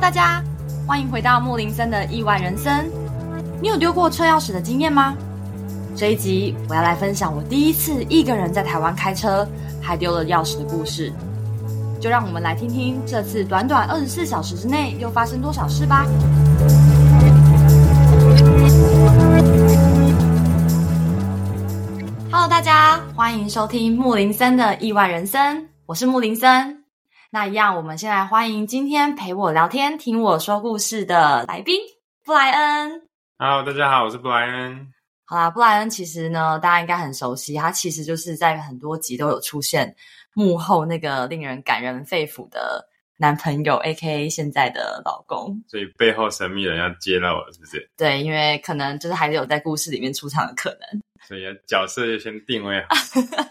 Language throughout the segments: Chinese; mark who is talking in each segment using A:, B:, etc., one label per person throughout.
A: 大家，欢迎回到木林森的意外人生。你有丢过车钥匙的经验吗？这一集我要来分享我第一次一个人在台湾开车，还丢了钥匙的故事。就让我们来听听这次短短二十四小时之内又发生多少事吧。Hello，大家，欢迎收听木林森的意外人生，我是木林森。那一样，我们先来欢迎今天陪我聊天、听我说故事的来宾布莱恩。
B: Hello，大家好，我是布莱恩。
A: 好啦，布莱恩其实呢，大家应该很熟悉，他其实就是在很多集都有出现幕后那个令人感人肺腑的男朋友，A K A 现在的老公。
B: 所以背后神秘人要揭露了，是不是？
A: 对，因为可能就是还是有在故事里面出场的可能。
B: 所以角色就先定位好。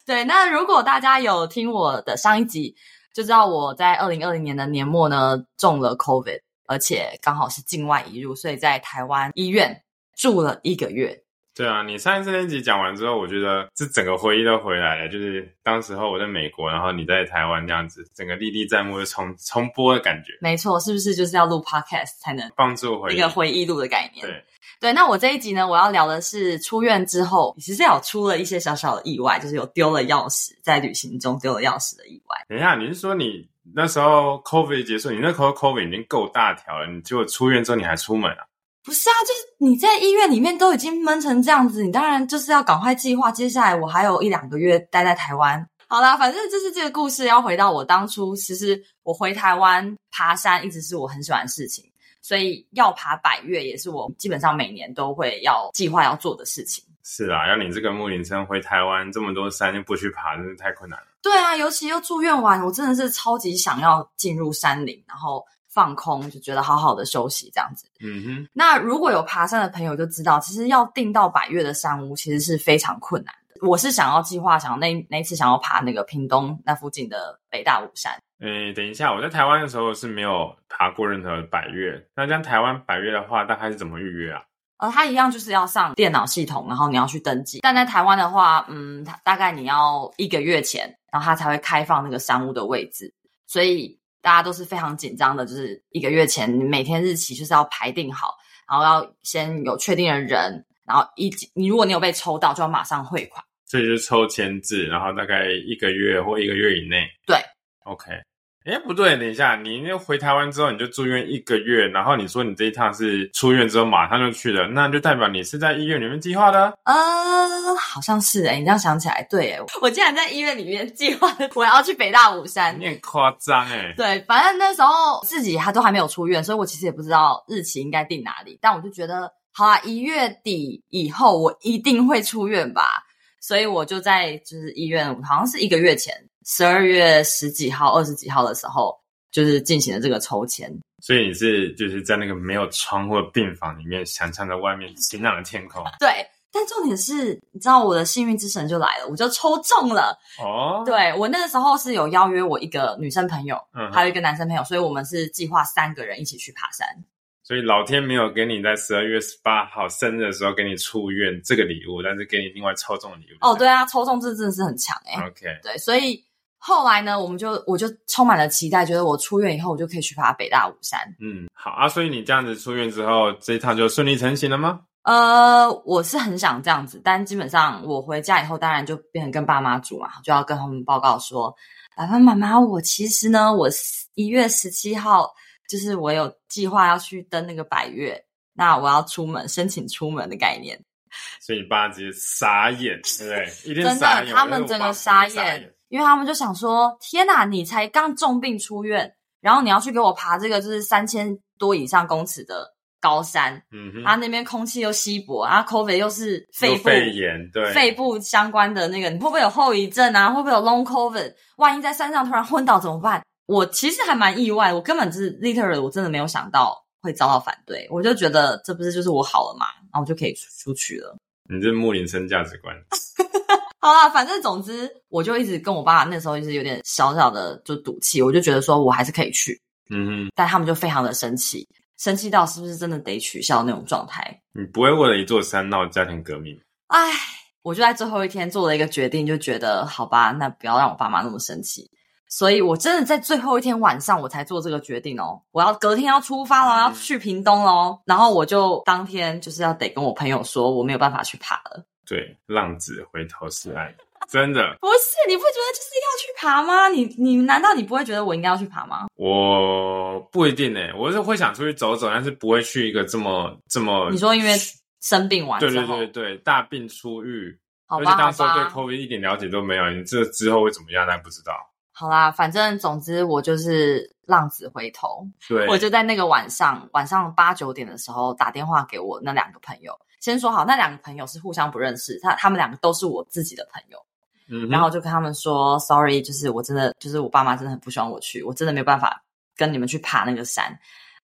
A: 对，那如果大家有听我的上一集，就知道我在二零二零年的年末呢中了 COVID，而且刚好是境外移入，所以在台湾医院住了一个月。
B: 对啊，你上一次那集讲完之后，我觉得这整个回忆都回来了，就是当时候我在美国，然后你在台湾这样子，整个历历在目的重重播的感觉，
A: 没错，是不是就是要录 podcast 才能
B: 帮助回忆
A: 一个回忆录的概念？
B: 对，
A: 对，那我这一集呢，我要聊的是出院之后，其实有出了一些小小的意外，就是有丢了钥匙，在旅行中丢了钥匙的意外。
B: 等一下，你是说你那时候 COVID 结束，你那时候 COVID 已经够大条了，你结果出院之后你还出门啊？
A: 不是啊，就是你在医院里面都已经闷成这样子，你当然就是要赶快计划。接下来我还有一两个月待在台湾。好啦，反正就是这个故事要回到我当初，其实我回台湾爬山一直是我很喜欢的事情，所以要爬百越也是我基本上每年都会要计划要做的事情。
B: 是啊，要你这个木林生回台湾这么多山就不去爬，真是太困难了。
A: 对啊，尤其又住院完，我真的是超级想要进入山林，然后放空，就觉得好好的休息这样子。
B: 嗯哼，
A: 那如果有爬山的朋友就知道，其实要订到百越的山屋其实是非常困难的。我是想要计划，想要那那一次想要爬那个屏东那附近的北大武山，
B: 诶，等一下，我在台湾的时候是没有爬过任何百越。那像台湾百越的话，大概是怎么预约啊？
A: 呃，它一样就是要上电脑系统，然后你要去登记。但在台湾的话，嗯，它大概你要一个月前，然后它才会开放那个山屋的位置，所以大家都是非常紧张的，就是一个月前你每天日期就是要排定好，然后要先有确定的人，然后一你如果你有被抽到，就要马上汇款。
B: 所以就是抽签制，然后大概一个月或一个月以内。
A: 对
B: ，OK。诶，不对，等一下，你那回台湾之后你就住院一个月，然后你说你这一趟是出院之后马上就去的，那就代表你是在医院里面计划的啊。
A: 呃，好像是哎、你这样想起来，对哎、我竟然在医院里面计划 我要去北大武山
B: 你。很夸张诶。
A: 对，反正那时候自己还都还没有出院，所以我其实也不知道日期应该定哪里，但我就觉得，好啊，一月底以后我一定会出院吧，所以我就在就是医院，好像是一个月前，十二月十几号、二十几号的时候，就是进行了这个抽签。
B: 所以你是就是在那个没有窗户的病房里面，想象着外面晴朗的天 空。
A: 对，但重点是，你知道我的幸运之神就来了，我就抽中了。
B: 哦，
A: 对我那个时候是有邀约我一个女生朋友，
B: 嗯哼
A: 还有一个男生朋友，所以我们是计划三个人一起去爬山。
B: 嗯所以老天没有给你在十二月十八号生日的时候给你出院这个礼物，但是给你另外抽中的礼物。
A: 哦，对啊，抽中这真的是很强哎、
B: ，OK，
A: 对，所以后来呢，我们就我就充满了期待，觉得我出院以后我就可以去爬北大武山。
B: 嗯，好啊。所以你这样子出院之后，这一趟就顺利成行了吗？
A: 呃，我是很想这样子，但基本上我回家以后，当然就变成跟爸妈住嘛，就要跟他们报告说，爸爸妈妈，我其实呢，我一月十七号就是我有计划要去登那个百越，那我要出门申请出门的概念。
B: 所以你爸直接傻眼，对不对？一定
A: 真
B: 傻
A: 的，
B: 眼，
A: 他
B: 我觉得
A: 们
B: 我
A: 整
B: 爸
A: 个傻
B: 也眼
A: 眼。，因为他们就想说：天哪，你才刚重病出院，然后你要去给我爬这个就是三千多以上公尺的高山，
B: 嗯哼，
A: 它、那边空气又稀薄，然后 COVID 又是肺
B: 有
A: 部
B: 肺炎，对，
A: 肺部相关的那个，你会不会有后遗症啊？会不会有 long COVID？万一在山上突然昏倒怎么办？我其实还蛮意外，我根本就是 literally 我真的没有想到会遭到反对，我就觉得这不是就是我好了嘛，然后我就可以出出去了。
B: 你这木林生价值观，
A: 好啦，反正总之，我就一直跟我爸那时候就是有点小小的就赌气，我就觉得说我还是可以去，
B: 嗯哼，
A: 但他们就非常的生气，生气到是不是真的得取消那种状态？
B: 你不会为了一座山闹家庭革命，
A: 唉，我就在最后一天做了一个决定，就觉得好吧，那不要让我爸妈那么生气，所以我真的在最后一天晚上我才做这个决定哦，我要隔天要出发了，
B: 嗯
A: 要去屏东喽。然后我就当天就是要得跟我朋友说我没有办法去爬了。
B: 对，浪子回头是岸，真的，
A: 不是，你不觉得就是要去爬吗？你你难道你不会觉得我应该要去爬吗？
B: 我不一定呢、欸我是会想出去走走，但是不会去一个这么这么
A: 你说因为生病完之
B: 对
A: 后，
B: 对对对大病初愈，
A: 好
B: 而且
A: 吧
B: 当
A: 好
B: 时候对
A: 吧，
B: COVID 一点了解都没有，你这之后会怎么样，那不知道。
A: 好啦，反正总之我就是浪子回头，
B: 对，
A: 我就在那个晚上，晚上八九点的时候打电话给我那两个朋友。先说好，那两个朋友是互相不认识，他他们两个都是我自己的朋友，
B: 嗯哼
A: 然后就跟他们说，sorry，就是我真的，就是我爸妈真的很不希望我去，我真的没有办法跟你们去爬那个山。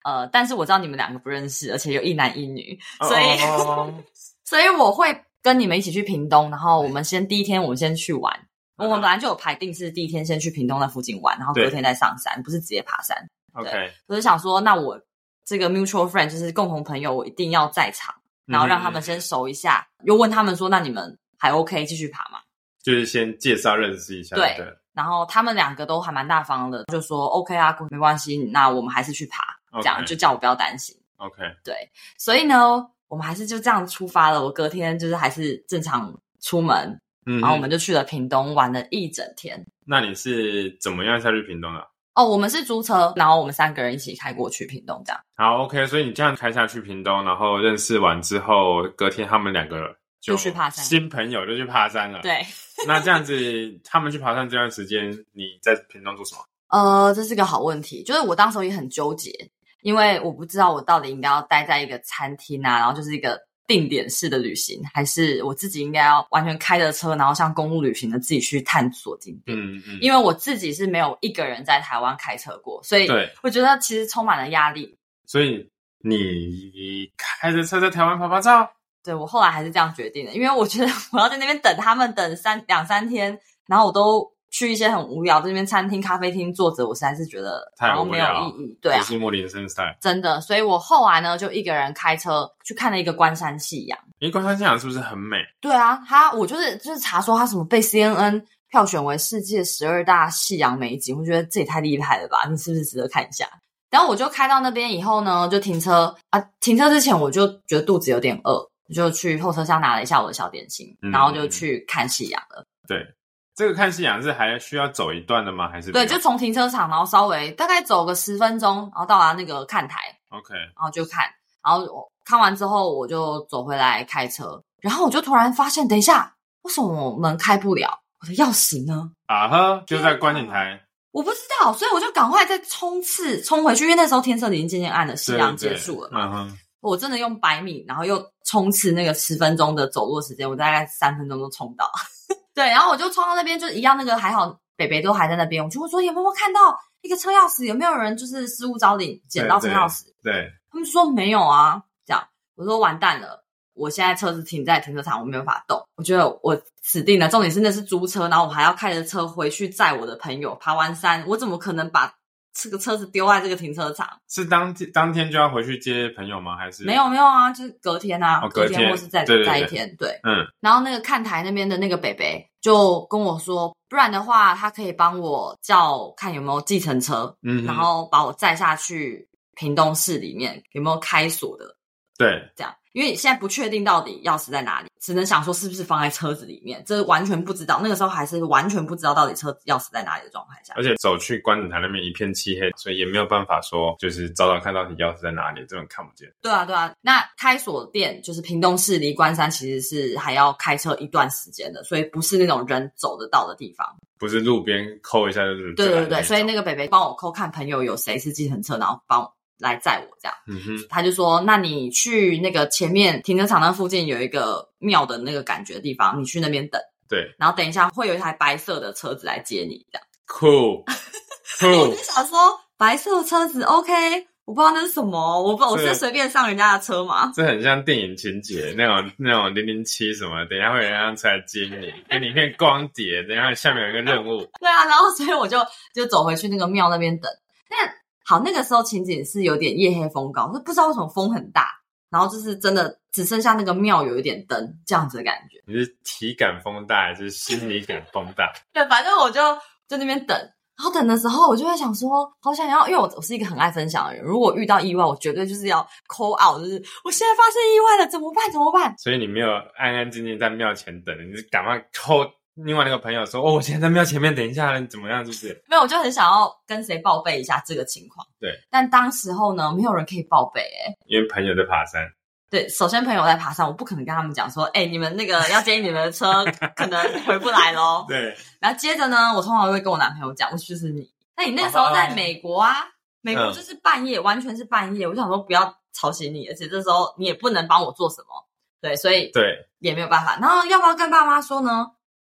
A: 呃，但是我知道你们两个不认识，而且有一男一女，所以
B: 哦哦哦 哦
A: 所以我会跟你们一起去屏东，然后我们先第一天我们先去玩，我
B: 嗯
A: 们本来就有排定是第一天先去屏东那附近玩，然后
B: 对
A: 隔天再上山，不是直接爬山。
B: OK，嗯
A: 我就想说，那我这个 mutual friend 就是共同朋友，我一定要在场，然后让他们
B: 嗯
A: 先熟一下，又问他们说，那你们还 OK 继续爬吗？
B: 就是先介绍认识一下，
A: 对
B: 对
A: 然后他们两个都还蛮大方的，就说 OK 啊，没关系，那我们还是去爬，
B: ，OK，
A: 这样就叫我不要担心。
B: OK，
A: 所以呢，我们还是就这样出发了。我隔天就是还是正常出门，
B: 嗯哼，
A: 然后我们就去了屏东玩了一整天。
B: 那你是怎么样下去屏东的？
A: 哦，我们是租车，然后我们三个人一起开过去屏东，这样
B: 好，OK，所以你这样开下去屏东，然后认识完之后，隔天他们两个
A: 就去爬山
B: 新朋友就去爬山了。，
A: 对。
B: 那这样子，他们去爬山这段时间，你在屏东做什么？
A: 呃，这是个好问题，就是我当时候也很纠结，因为我不知道我到底应该要待在一个餐厅啊，然后就是一个定点式的旅行，还是我自己应该要完全开着车，然后像公路旅行的自己去探索景点。
B: 嗯嗯，
A: 因为我自己是没有一个人在台湾开车过，所以
B: 对，
A: 我觉得其实充满了压力。
B: 所以你开着车在台湾拍拍照，
A: 对我后来还是这样决定的，因为我觉得我要在那边等他们等三两三天，然后我都去一些很无聊的那边餐厅、咖啡厅坐着，我实在是觉得
B: 太
A: 然后
B: 无
A: 没有
B: 聊
A: 意义。对啊
B: 就，是莫林森 style。
A: 真的，所以我后来呢，就一个人开车去看了一个关山夕阳。
B: 因为关山现场是不是很美？
A: 对啊，他我就是就是查说他什么被 CNN 票选为世界十二大夕阳美景，我觉得这也太厉害了吧！你是不是值得看一下？然后我就开到那边以后呢，就停车啊，停车之前我就觉得肚子有点饿，我就去后车厢拿了一下我的小点心，
B: 嗯
A: 然后就去看夕阳了。
B: 这个看夕阳是还需要走一段的吗？还是
A: 对，
B: 没有
A: 就从停车场，然后稍微大概走个十分钟，然后到达那个看台，
B: OK，
A: 然后就看，然后我看完之后我就走回来开车，然后我就突然发现，等一下，为什么我们开不了？我的钥匙呢？
B: 啊哈，就
A: 天
B: 在
A: 哪
B: 观景台。
A: 我不知道，所以我就赶快再冲刺冲回去，因为那时候天色已经渐渐暗了，夕
B: 对
A: 阳
B: 对
A: 结束了嘛。
B: 嗯哼，
A: 我真的用百米，然后又冲刺那个十分钟的走路时间，我大概三分钟都冲到。 对，然后我就冲到那边，就一样那个还好，北北都还在那边，我就会说有没有看到一个车钥匙？有没有人就是失物招领捡到车
B: 对对
A: 钥匙？
B: 对，
A: 他们就说没有啊，这样我说完蛋了，我现在车子停在停车场，我没有办法动，我觉得我死定了。重点是那是租车，然后我还要开着车回去载我的朋友爬完山，我怎么可能把这个车子丢在这个停车场？
B: 是当天当天就要回去接朋友吗？还是
A: 没有没有啊，就是隔天啊，
B: 哦隔天
A: 或是再
B: 对对对
A: 再一天，对。
B: 嗯，
A: 然后那个看台那边的那个北北就跟我说，不然的话，他可以帮我叫看有没有计程车，
B: 嗯哼，
A: 然后把我载下去屏东市里面有没有开锁的
B: 对，
A: 这样，因为你现在不确定到底钥匙在哪里，只能想说是不是放在车子里面，这完全不知道。那个时候还是完全不知道到底车钥匙在哪里的状态下
B: 而，且走去观景台那边一片漆黑，所以也没有办法说就是找找看到底钥匙在哪里，这种看不见。
A: 对啊，对啊。那开锁店就是屏东市离关山其实是还要开车一段时间的，所以不是那种人走得到的地方。
B: 不是路边抠一下就是啊
A: 对
B: 就来
A: 对对，
B: 那
A: 所以那
B: 个
A: 个北北帮我扣看朋友有谁是计程车，然后帮我来载我这样。
B: 嗯哼
A: 他就说：“那你去那个前面停车场那附近有一个庙的那个感觉的地方，你去那边等，
B: 对
A: 然后等一下会有一台白色的车子来接你。”这样。
B: 酷
A: 我
B: 酷
A: 就想说，白色的车子 OK，我不知道那是什么，我不我
B: 对
A: 是随便上人家的车吗？
B: 这很像电影情节那种那种零零七什么的，等一下会有人让车来接你，给你一片光碟，等一下下面有一个任务，
A: 对啊，然后所以我就就走回去那个庙那边等。那好，那个时候情景是有点夜黑风高，就不知道为什么风很大，然后就是真的只剩下那个庙有一点灯这样子的感觉。
B: 你是体感风大还是心理感风大？
A: 对，反正我就在那边等，然后等的时候，我就会想说，好想要，因为我我是一个很爱分享的人。如果遇到意外，我绝对就是要 call out，就是我现在发生意外了，怎么办？怎么办？
B: 所以你没有安安静静在庙前等，你是赶快扣另外那个朋友说：“哦，我现在在庙前面等一下，你怎么样？”是不是？
A: 没有，我就很想要跟谁报备一下这个情况。
B: 对，
A: 但当时候呢，没有人可以报备、欸，哎，
B: 因为朋友在爬山，
A: 对，首先朋友在爬山，我不可能跟他们讲说，哎、你们那个要接你们的 车，可能回不来喽。
B: 对，
A: 然后接着呢，我通常会跟我男朋友讲，我就是你。那你那时候在美国啊，美
B: 嗯
A: 国就是半夜，完全是半夜。我想说不要吵醒你，而且这时候你也不能帮我做什么，对，所以
B: 对，
A: 也没有办法。然后要不要跟爸妈说呢？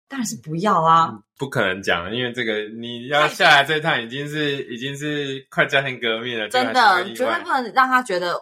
A: 当然是不要啊。
B: 不可能讲，因为这个你要下来这一趟已经是已经是快家庭革命了，
A: 真
B: 这个还
A: 的
B: 是一
A: 绝对
B: 个意外
A: 不能让他觉得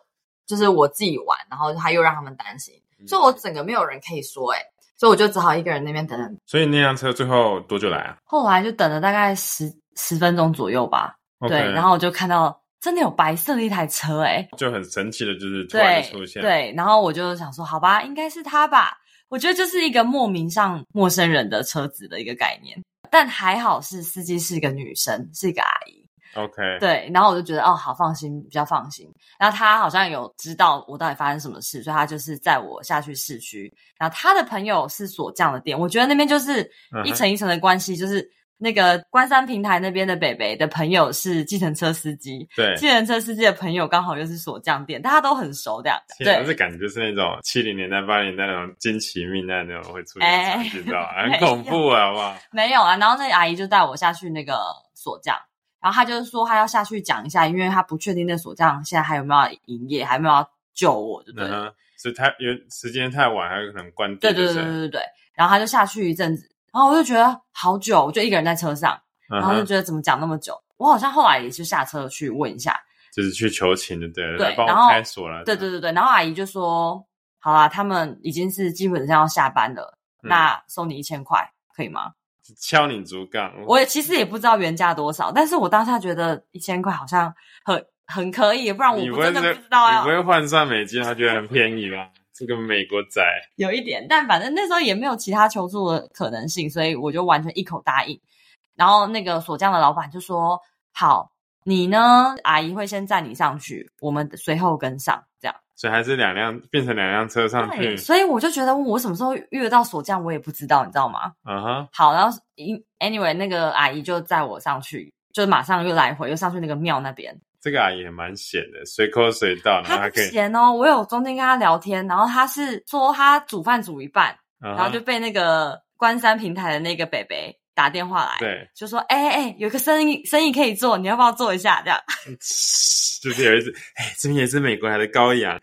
A: 就是我自己玩，然后他又让他们担心，
B: 嗯
A: 所以我整个没有人可以说、欸，所以我就只好一个人那边等等。
B: 所以那辆车最后多久来啊
A: 后来就等了大概十十分钟左右吧，
B: ？OK，
A: 对，然后我就看到真的有白色的一台车、欸，
B: 就很神奇的，就是突然
A: 对
B: 就出现，，
A: 对，然后我就想说，好吧，应该是他吧。我觉得这是一个莫名上陌生人的车子的一个概念，但还好是司机是一个女生，是一个阿姨。
B: OK，
A: 对，然后我就觉得哦，好放心，比较放心。然后他好像有知道我到底发生什么事，所以他就是载我下去市区。然后他的朋友是锁匠的店，我觉得那边就是
B: 嗯哼
A: 一层一层的关系，就是那个关山平台那边的北北的朋友是计程车司机，
B: 对，
A: 计程车司机的朋友刚好又是锁匠店，大家都很熟这样。
B: 天啊，
A: 对，
B: 这感觉就是那种七零年代、八零年代那种惊奇命案那种会出现
A: 哎
B: 的场景，知道 吧？
A: 没
B: 很
A: 有
B: 恐怖啊，好不好？
A: 没有啊。然后那个阿姨就带我下去那个锁匠，然后她就是说她要下去讲一下，因为她不确定那锁匠现在还有没有要营业，还有没有要救我，对不对？
B: 嗯哼，所以太有时间太晚，还有可能关
A: 对
B: 店，
A: 对对
B: 就是嗯
A: 对对对。然后她就下去一阵子，然后我就觉得好久，我就一个人在车上，
B: 嗯
A: 然后就
B: 哼，
A: 觉得怎么讲那么久。我好像后来也是下车去问一下，
B: 就是去求情就对了，
A: 对
B: 来帮
A: 然后
B: 我开锁了，
A: 对对对对，然后阿姨就说：“好啦，他们已经是基本上要下班了，
B: 嗯
A: 那收你一千块，可以吗？”
B: 敲你竹杠，
A: 我也其实也不知道原价多少，但是我当下觉得一千块好像很很可以，不然
B: 你
A: 我
B: 不
A: 不
B: 会
A: 真
B: 是
A: 的不知道啊
B: 你
A: 要
B: 不会换算美金，他觉得很便宜啦。这个美国仔，
A: 有一点，但反正那时候也没有其他求助的可能性，所以我就完全一口答应。然后那个锁匠的老板就说：“好，你呢，阿姨会先载你上去，我们随后跟上。”这样
B: 所以还是两辆变成两辆车上去
A: 对，，所以我就觉得我什么时候遇得到锁匠，我也不知道，你知道吗？
B: 嗯哼，
A: 好，然后因 anyway 那个阿姨就载我上去，就马上又来回又上去那个庙那边。
B: 这个阿姨也蛮闲的，随口随到，然后
A: 她
B: 啊还
A: 不
B: 可以，
A: 闲哦，我有中间跟她聊天，然后她是说她煮饭煮一半，
B: 然
A: 然后就被那个关山平台的那个北北打电话来，
B: 对，
A: 就说：“哎、哎、哎有个生意生意可以做，你要不要做一下？”这 样
B: 就是有一次，哎，这边也是美国来的羔 羊，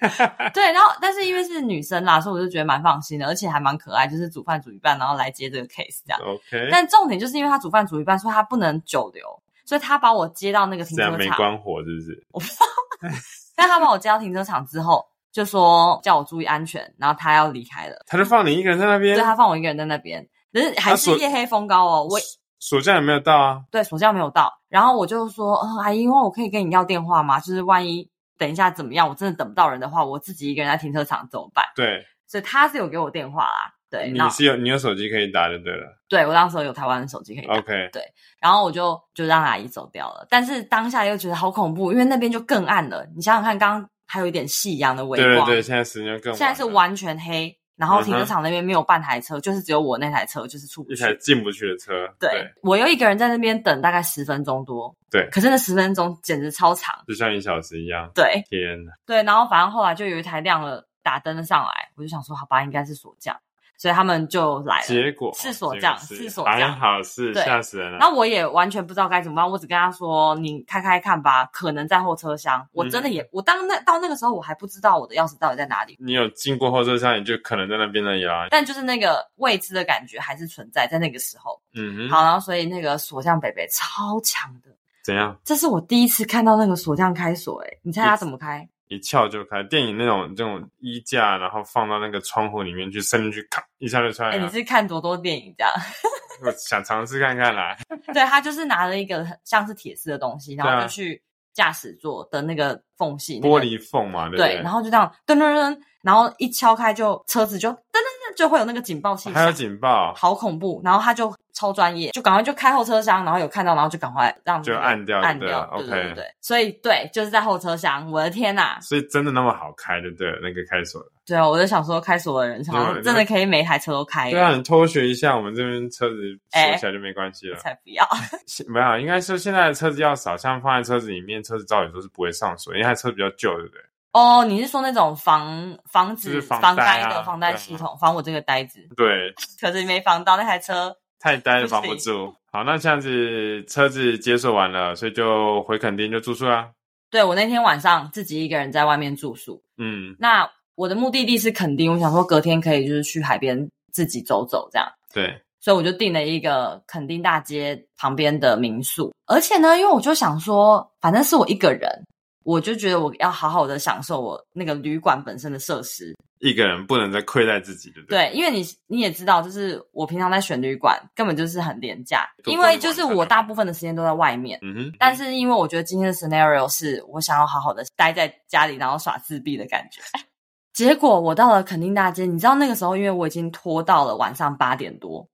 A: 对，然后但是因为是女生啦，所以我就觉得蛮放心的，而且还蛮可爱，就是煮饭煮一半，然后来接这个 case 这样。
B: OK，
A: 但重点就是因为她煮饭煮一半，所以她不能久留，所以她把我接到那个停
B: 这样
A: 车
B: 没
A: 场。
B: 关火是不是？
A: 但他把我接到停车场之后，就说叫我注意安全，然后他要离开了，
B: 他就放你一个人在那边
A: 对，他啊放我一个人在那边，可是还是
B: 所
A: 夜黑风高哦。我
B: 锁匠有没有到啊？
A: 对锁匠没有到，然后我就说，呃、阿姨，因为我可以跟你要电话吗？就是万一等一下怎么样，我真的等不到人的话，我自己一个人在停车场怎么办？
B: 对，
A: 所以他是有给我电话啦，对，
B: 你
A: 那
B: 是有你有手机可以打就对了
A: 对我当时有台湾的手机可以打。
B: ，OK，
A: 然后我就就让阿姨走掉了，但是当下又觉得好恐怖，因为那边就更暗了。你想想看，刚刚还有一点夕阳的微
B: 对对
A: 光，
B: 对，现在时间更晚了，嗯
A: 现在是完全黑，然后停车场那边没有半台车，就是只有我那台车，就是出不
B: 一
A: 去。
B: 台进不去的车，
A: 对我又一个人在那边等大概十分钟多，
B: 对
A: 可是那十分钟简直超长，
B: 就像一小时一样，
A: 对
B: 天哪，
A: 对，然后反正后来就有一台亮了打灯的上来，我就想说好吧，应该是锁匠，所以他们就来了。
B: 结果
A: 是锁匠
B: 结果
A: 是锁
B: 还
A: 匠
B: 好是
A: 对
B: 吓死人了
A: 然。后我也完全不知道该怎么办，我只跟他说：“你开开看吧，可能在后车厢。”我
B: 嗯
A: 真的也，我当那到那个时候我还不知道我的钥匙到底在哪里，
B: 你有经过后车厢，你就可能在那边了呀。
A: 但就是那个未知的感觉还是存在在那个时候。
B: 嗯哼，
A: 好，然后所以那个锁匠北北超强的，
B: 怎样？
A: 这是我第一次看到那个锁匠开锁、欸，你猜他怎么开？
B: 一撬就开，电影那种这种衣架，然后放到那个窗户里面去伸进去，咔一下就出
A: 哎、
B: 来
A: 你
B: 了。
A: 是看多多电影这样？
B: 我想尝试看看啦。
A: 对他就是拿了一个很像是铁丝的东西，然
B: 对
A: 后
B: 啊
A: 就去驾驶座的那个缝隙、那个
B: 玻璃缝嘛，对不
A: 对然后就这样噔噔噔，然后一敲开就车子就噔噔噔就会有那个警报器
B: 还有
A: 响，
B: 警报，
A: 好恐怖。然后他就超专业，就赶快就开后车厢，然后有看到，然后就赶快让
B: 就
A: 那个
B: 按掉
A: 按
B: 对
A: 掉
B: 了，
A: 对对
B: OK
A: 对对，所以对，就是在后车厢，我的天呐、
B: 所以真的那么好开就对了，那个开锁。
A: 对啊，我就想说开锁的人，想说
B: 对
A: 真的可以每台车都开，
B: 对啊，你偷学一下，我们这边车子
A: 哎
B: 锁起来就没关系 了。
A: 才不要，
B: 现没有，应该是现在的车子要少，像放在车子里面，车子照理说是不会上锁，因为它车比较旧，对不对？
A: 哦，你是说那种防防
B: 就
A: 止
B: 是防
A: 防
B: 呆
A: 呆
B: 啊
A: 的防呆
B: 对啊
A: 系统，防我这个呆子？
B: 对，
A: 可是没防到那台车，
B: 太呆了
A: 不
B: 防不
A: 行
B: 住。好，那这样子车子解锁完了，所以就回垦丁就住宿啦。
A: 对我那天晚上自己一个人在外面住宿，
B: 嗯，
A: 那我的目的地是垦丁，我想说隔天可以就是去海边自己走走这样。
B: 对，
A: 所以我就订了一个垦丁大街旁边的民宿。而且呢，因为我就想说，反正是我一个人，我就觉得我要好好的享受我那个旅馆本身的设施。
B: 一个人不能再亏待自己，对不对？
A: 对，因为你你也知道，就是我平常在选旅馆根本就是很廉价，
B: 多
A: 因
B: 逛一
A: 为
B: 逛
A: 就是
B: 再
A: 我
B: 聊
A: 大部分的时间都在外面。
B: 嗯哼，
A: 但是因为我觉得今天的 scenario 是我想要好好的待在家里，然后耍自闭的感觉。结果我到了垦丁大街，你知道那个时候，因为我已经拖到了晚上八点多，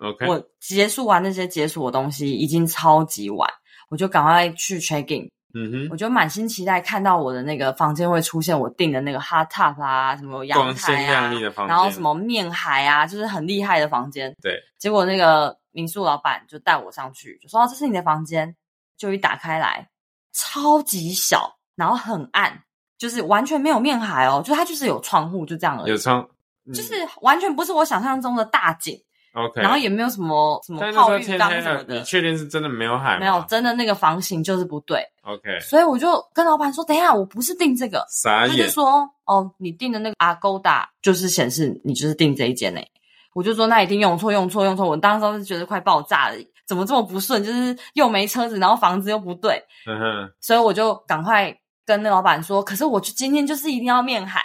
B: OK，
A: 我结束完那些解锁的东西，已经超级晚，我就赶快去 check in。
B: 嗯
A: 我
B: 哼，
A: 就满心期待看到我的那个房间会出现我订的那个 hot tub 啊，什么阳
B: 光
A: 台
B: 鲜
A: 啊
B: 亮，丽的房间，
A: 然后什么面海啊，就是很厉害的房间。
B: 对，
A: 结果那个民宿老板就带我上去，就说、哦这是你的房间，就一打开来，超级小，然后很暗，就是完全没有面海哦，就它就是有窗户，就这样而
B: 有
A: 已，
B: 窗，
A: 就
B: 嗯
A: 是完全不是我想象中的大景。
B: OK，
A: 然后也没有什么什么
B: 但是那时
A: 泡
B: 候
A: 浴
B: 天
A: 缸
B: 黑
A: 什
B: 了
A: 么，
B: 你
A: 的，
B: 确定是真的没有海吗？
A: 没有，真的那个房型就是不对，
B: ，OK，
A: 所以我就跟老板说，等一下我不是订这个，
B: 傻
A: 他就
B: 眼，
A: 说，哦，你订的那个 Agoda 就是显示你就是订这一间呢、我就说那一定用错用错用错，我当时是觉得快爆炸了，怎么这么不顺，就是又没车子，然后房子又不对，
B: 嗯哼，
A: 所以我就赶快跟那老板说，可是我就今天就是一定要面海。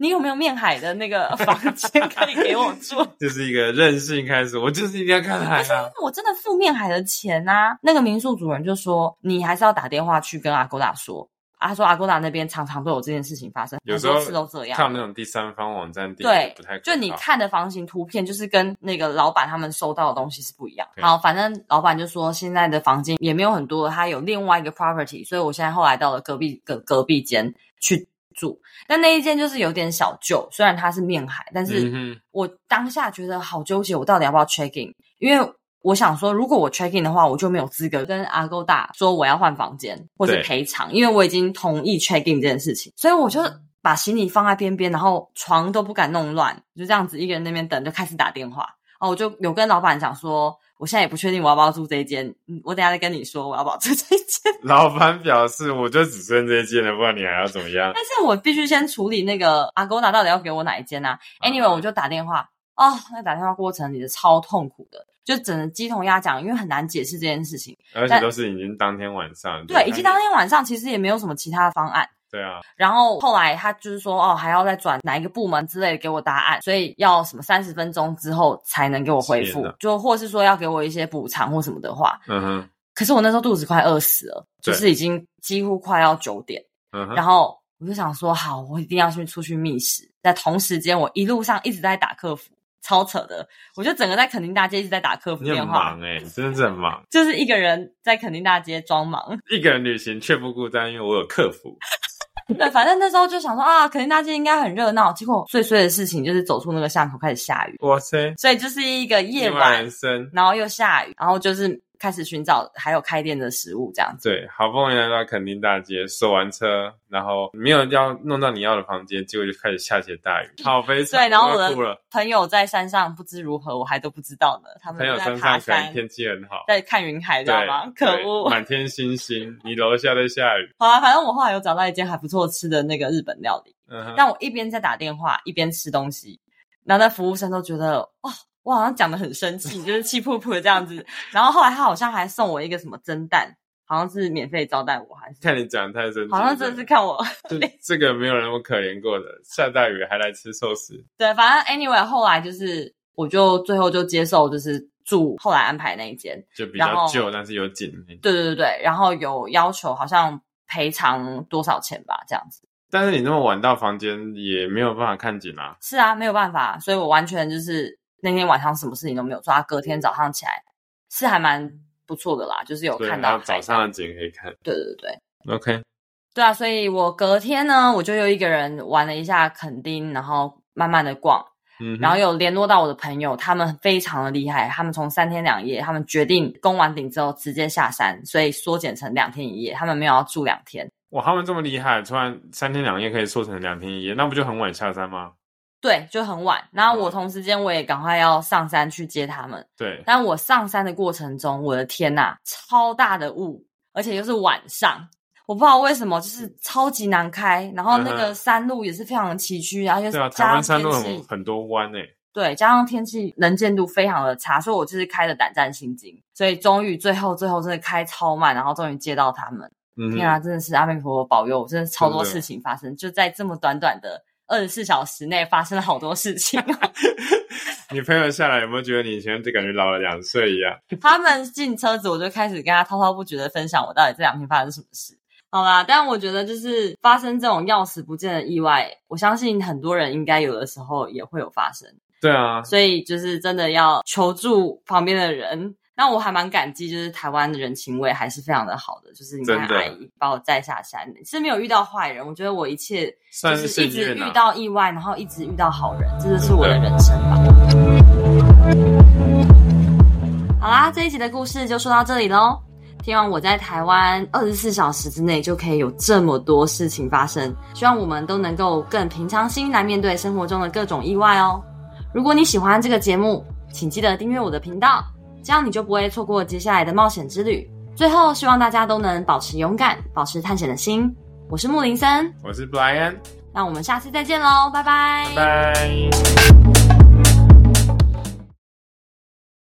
A: 你有没有面海的那个房间可以给我住？
B: 就是一个任性开始，我就是一定要看海啊啦。
A: 我真的付面海的钱啊！那个民宿主人就说，你还是要打电话去跟阿勾达说。啊，他说阿勾达那边常常都有这件事情发生，
B: 有
A: 很
B: 时候
A: 多次都这
B: 看
A: 样。
B: 那种第三方网站，地址
A: 对
B: 不太可
A: 就你
B: 靠
A: 看的房型图片，就是跟那个老板他们收到的东西是不一样。
B: 对
A: 好，反正老板就说现在的房间也没有很多，他有另外一个 property，所以我现在后来到了隔壁隔隔壁间去住。但那一间就是有点小旧，虽然它是面海，但是
B: 嗯哼，
A: 我当下觉得好纠结，我到底要不要 check in？因为我想说，如果我 check in 的话，我就没有资格跟阿勾大说我要换房间或是
B: 对
A: 赔偿，因为我已经同意 check in 这件事情，所以我就把行李放在边边，然后床都不敢弄乱，就这样子一个人那边等，就开始打电话。哦，我就有跟老板讲说，我现在也不确定我要不要住这一间，嗯我等一下再跟你说我要不要住这一间。
B: 老板表示我就只剩这一件了，不然你还要怎么 样？
A: 但是我必须先处理那个阿勾达到底要给我哪一间啊？Anyway，我就打电话哦，那打电话过程里的超痛苦的，就整个鸡同鸭讲，因为很难解释这件事情。
B: 而且
A: 但
B: 都是已经当天晚上，
A: 对，
B: 就
A: 以及
B: 是
A: 当天晚上其实也没有什么其他的方案。
B: 对啊，
A: 然后后来他就是说，哦，还要再转哪一个部门之类的给我答案，所以要什么三十分钟之后才能给我回复
B: 天哪，
A: 就或是说要给我一些补偿或什么的话。
B: 嗯哼，
A: 可是我那时候肚子快饿死了，就
B: 对
A: 是已经几乎快要九点。
B: 嗯哼，
A: 然后我就想说，好，我一定要去出去觅食。在同时间，我一路上一直在打客服，超扯的。我就整个在垦丁大街一直在打客服
B: 你
A: 电
B: 很
A: 话，
B: 忙哎、你真的是很忙，
A: 就是一个人在垦丁大街装忙。
B: 一个人旅行却不孤单，因为我有客服。
A: 对，反正那时候就想说啊，垦丁大街应该很热闹。结果最衰的事情就是走出那个巷口开始下雨，
B: 哇塞，
A: 所以就是一个夜
B: 另外
A: 晚
B: 人，生。
A: 然后又下雨，然后就是开始寻找还有开店的食物这样子。
B: 对，好不容易来到垦丁大街，锁完车，然后没有要弄到你要的房间，结果就开始下起 大雨，好悲惨，
A: 对然后我
B: 要
A: 的
B: 哭了。
A: 朋友在山上不知如何，我还都不知道呢。他们
B: 朋友
A: 都在
B: 身
A: 爬
B: 上可
A: 山
B: 能，天气很好，
A: 在看云海，知道吗？可
B: 对
A: 恶！
B: 满天星星，你楼下在下雨。
A: 好啊，反正我后来有找到一间还不错吃的那个日本料理，
B: 嗯哼，
A: 但我一边在打电话一边吃东西，然后那服务生都觉得哇、我好像讲的很生气，就是气噗噗的这样子。然后后来他好像还送我一个什么蒸蛋，好像是免费招待我，还是
B: 看你讲得太生气，
A: 好像真的是看我
B: 这这个没有人我可怜过的，下大雨还来吃寿司，
A: 对，反正 anyway 后来就是我就最后就接受就是住后来安排那一间，
B: 就比
A: 然
B: 较
A: 后
B: 旧，但是有紧那种。
A: 对对对对，然后有要求好像赔偿多少钱吧，这样子。
B: 但是你那么晚到房间也没有办法看景啊。
A: 是啊，没有办法，所以我完全就是那天晚上什么事情都没有做，他隔天早上起来是还蛮不错的啦，就是有
B: 对，
A: 看
B: 还有
A: 到
B: 早
A: 海
B: 上
A: 上。
B: 的景可以看。
A: 对对对。
B: OK，
A: 对啊，所以我隔天呢，我就又一个人玩了一下垦丁，然后慢慢的逛，
B: 嗯哼，
A: 然后有联络到我的朋友，他们非常的厉害，他们从三天两夜，他们决定攻完顶之后直接下山，所以缩减成两天一夜，他们没有要住两天。
B: 哇，他们这么厉害，突然三天两夜可以缩成两天一夜，那不就很晚下山吗？
A: 对，就很晚。然后我
B: 嗯
A: 同时间我也赶快要上山去接他们，
B: 对，
A: 但我上山的过程中，我的天呐，超大的雾，而且又是晚上，我不知道为什么就是超级难开，然后那
B: 嗯嗯哼
A: 个山路也是非常的崎岖，然后又
B: 对啊，台
A: 加
B: 湾
A: 上天
B: 山路
A: 气
B: 很很多弯欸诶、
A: 对，加上天气能见度非常的差，所以我就是开的胆战心惊，所以终于最后最后真的开超慢，然后终于接到他们。
B: 嗯
A: 天啊，
B: 哼，
A: 真的是阿弥陀佛保佑，我真的超多
B: 真
A: 事
B: 的
A: 情发生，就在这么短短的二十四小时内发生了好多事情。啊
B: 你朋友下来有没有觉得你以前就感觉老了两岁一样？
A: 他们进车子，我就开始跟他滔滔不绝的分享我到底这两天发生什么事。好啦，但我觉得就是发生这种钥匙不见的意外，我相信很多人应该有的时候也会有发生。
B: 对啊，
A: 所以就是真的要求助旁边的人。那我还蛮感激，就是台湾的人情味还是非常的好的，就是你看
B: 真的
A: 阿姨把我载下山，是没有遇到坏人。我觉得我一切就
B: 算
A: 是一
B: 幸
A: 直
B: 运
A: 遇
B: 啊。
A: 到意外，然后一直遇到好人，这就是我的人生吧。好啦，这一集的故事就说到这里喽。听完我在台湾二十四小时之内就可以有这么多事情发生，希望我们都能够更平常心来面对生活中的各种意外哦。如果你喜欢这个节目，请记得订阅我的频道，这样你就不会错过接下来的冒险之旅。最后，希望大家都能保持勇敢，保持探险的心。我是木林森，
B: 我是 Brian，
A: 那我们下次再见喽，拜拜
B: 拜拜。